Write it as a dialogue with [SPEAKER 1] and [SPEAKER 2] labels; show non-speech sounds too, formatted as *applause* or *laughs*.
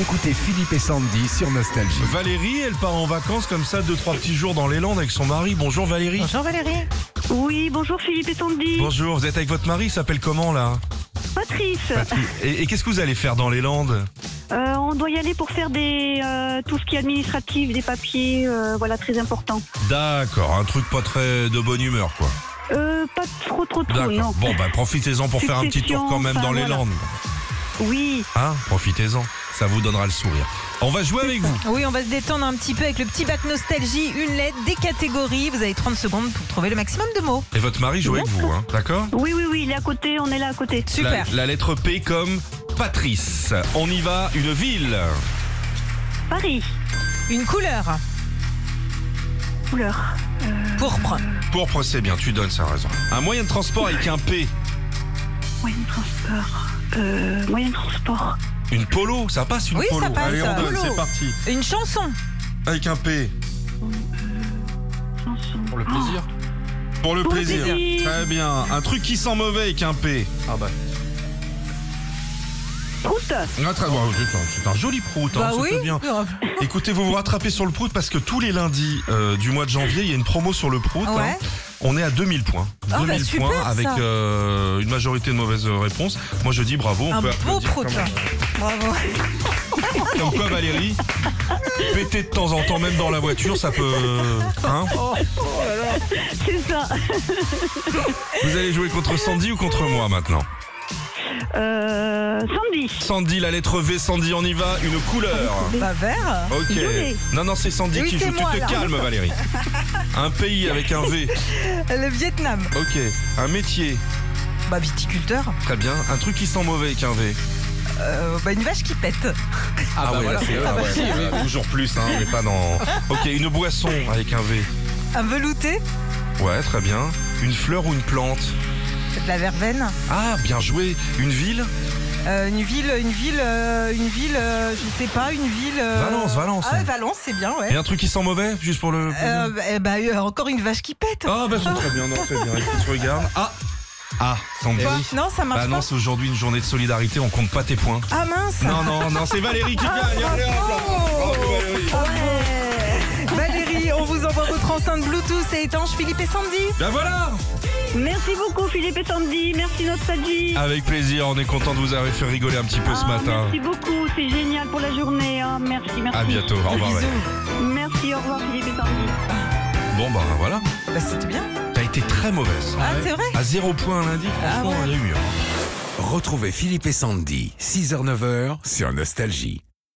[SPEAKER 1] écoutez Philippe et Sandy sur Nostalgie.
[SPEAKER 2] Valérie, elle part en vacances comme ça, deux, trois petits jours dans les Landes avec son mari. Bonjour Valérie.
[SPEAKER 3] Bonjour Valérie.
[SPEAKER 4] Oui, bonjour Philippe et Sandy.
[SPEAKER 2] Bonjour, vous êtes avec votre mari, il s'appelle comment là
[SPEAKER 4] Patrice,
[SPEAKER 2] Ah. Et, et qu'est-ce que vous allez faire dans les Landes
[SPEAKER 4] euh, on doit y aller pour faire des euh, tout ce qui est administratif, des papiers, euh, voilà, très important.
[SPEAKER 2] D'accord, un truc pas très de bonne humeur quoi.
[SPEAKER 4] Euh, pas trop, trop, trop, non.
[SPEAKER 2] D'accord. Bon, bah profitez-en pour faire un petit tour quand même
[SPEAKER 4] Succession,
[SPEAKER 2] dans les
[SPEAKER 4] enfin, voilà.
[SPEAKER 2] Landes.
[SPEAKER 4] Oui,
[SPEAKER 2] Hein Profitez-en, ça vous donnera le sourire. On va jouer avec vous.
[SPEAKER 3] Oui, on va se détendre un petit peu avec le petit bac nostalgie, une lettre, des catégories. Vous avez 30 secondes pour trouver le maximum de mots.
[SPEAKER 2] Et votre mari joue avec vous, hein, d'accord
[SPEAKER 4] oui, oui, oui, il est à côté, on est là à côté.
[SPEAKER 2] la,
[SPEAKER 3] Super.
[SPEAKER 2] la lettre P comme Patrice. On y va, une ville.
[SPEAKER 4] Paris,
[SPEAKER 3] Une couleur,
[SPEAKER 4] couleur,
[SPEAKER 3] pourpre.
[SPEAKER 2] Pourpre, c'est bien, tu donnes, ça raison. Un moyen de transport avec un P.
[SPEAKER 4] moyen de transport, euh, moyen de transport,
[SPEAKER 2] Une polo, ça passe une
[SPEAKER 3] Oui, ça
[SPEAKER 2] polo.
[SPEAKER 3] passe,
[SPEAKER 2] Allez, on
[SPEAKER 3] euh,
[SPEAKER 2] donne,
[SPEAKER 3] polo.
[SPEAKER 2] c'est parti.
[SPEAKER 3] Une chanson,
[SPEAKER 2] Avec un P.
[SPEAKER 4] chanson.
[SPEAKER 2] Pour le plaisir. Pour le
[SPEAKER 4] Pour le
[SPEAKER 2] plaisir.
[SPEAKER 4] plaisir.
[SPEAKER 2] Très bien. Un truc qui sent mauvais avec un P. Ah bah.
[SPEAKER 4] Prout,
[SPEAKER 2] Ah c'est un joli prout, hein,
[SPEAKER 3] bah
[SPEAKER 2] ça
[SPEAKER 3] oui.
[SPEAKER 2] fait
[SPEAKER 3] *laughs*
[SPEAKER 2] bien. Écoutez, vous vous rattrapez sur le prout parce que tous les lundis euh, du mois de janvier, il y a une promo sur le prout.
[SPEAKER 3] Ouais.
[SPEAKER 2] hein. On est à 2000 points.
[SPEAKER 3] Ah,
[SPEAKER 2] 2000
[SPEAKER 3] bah, super,
[SPEAKER 2] points avec
[SPEAKER 3] ça.
[SPEAKER 2] euh, une majorité de mauvaises réponses. Moi, je dis bravo. On
[SPEAKER 3] Un
[SPEAKER 2] peut
[SPEAKER 3] beau
[SPEAKER 2] applaudir
[SPEAKER 3] prout. hein.
[SPEAKER 2] quand même.
[SPEAKER 3] Bravo.
[SPEAKER 2] Comme quoi, Valérie, péter de temps en temps, même dans la voiture, ça peut. Hein
[SPEAKER 4] c'est ça.
[SPEAKER 2] Vous allez jouer contre Sandy ou contre moi maintenant
[SPEAKER 4] Euh, Sandy,
[SPEAKER 2] Sandy, la lettre V, Sandy, on y va, une couleur.
[SPEAKER 3] Bah vert.
[SPEAKER 2] Ok.
[SPEAKER 4] Désolée.
[SPEAKER 2] Non, non, c'est Sandy
[SPEAKER 3] Oui,
[SPEAKER 2] qui
[SPEAKER 3] c'est
[SPEAKER 2] joue.
[SPEAKER 3] moi,
[SPEAKER 2] tu te
[SPEAKER 3] là.
[SPEAKER 2] calmes, Valérie. Un pays avec un V.
[SPEAKER 3] Le Vietnam.
[SPEAKER 2] Ok. Un métier.
[SPEAKER 3] Bah viticulteur.
[SPEAKER 2] Très bien. Un truc qui sent mauvais avec un V.
[SPEAKER 3] Euh, bah une vache qui pète.
[SPEAKER 2] Ah, ouais, là, c'est- ah ouais, voilà, Toujours plus, hein, mais pas dans. Ok, une boisson avec un V.
[SPEAKER 3] Un velouté.
[SPEAKER 2] Ouais, très bien. Une fleur ou une plante.
[SPEAKER 3] De la verveine.
[SPEAKER 2] Ah, bien joué. Une ville.
[SPEAKER 3] Euh, une ville, une ville, euh, une ville, euh, je sais pas, une ville. euh,
[SPEAKER 2] Valence, Valence.
[SPEAKER 3] Ah, ouais, Valence, c'est bien, ouais.
[SPEAKER 2] Et un truc qui sent mauvais, juste pour le.
[SPEAKER 3] Euh, bah, eh bah, euh, encore une vache qui pète.
[SPEAKER 2] Ah, bah, c'est très bien, non, très bien. Écoute, regarde. Ah, ah, Sandy.
[SPEAKER 3] Quoi Eh Non, ça marche
[SPEAKER 2] Bah non,
[SPEAKER 3] pas.
[SPEAKER 2] c'est aujourd'hui une journée de solidarité, on compte pas tes points.
[SPEAKER 3] Ah mince.
[SPEAKER 2] Non, non, non, c'est Valérie qui gagne. Allez,
[SPEAKER 3] Ah,
[SPEAKER 2] hop, bravo, Valérie.
[SPEAKER 3] Oh, Ouais. Valérie, on vous envoie votre enceinte Bluetooth et étanche Philippe et Sandy.
[SPEAKER 2] Ben voilà
[SPEAKER 4] merci beaucoup Philippe et Sandy, merci notre Sandy.
[SPEAKER 2] Avec plaisir, on est content de vous avoir fait rigoler un petit peu ce
[SPEAKER 4] Ah,
[SPEAKER 2] matin.
[SPEAKER 4] Merci beaucoup, c'est génial pour la journée. hein. Merci, merci.
[SPEAKER 2] À bientôt, au revoir. Valérie.
[SPEAKER 4] Merci, au revoir Philippe et Sandy.
[SPEAKER 2] Bon, bah voilà,
[SPEAKER 3] Bah, c'était bien.
[SPEAKER 2] t'as été très mauvaise.
[SPEAKER 3] Ah, c'est vrai
[SPEAKER 2] À zéro point lundi, franchement,
[SPEAKER 3] ouais.
[SPEAKER 2] il y a eu mieux.
[SPEAKER 1] Retrouvez Philippe et Sandy, 6h-9h sur Nostalgie.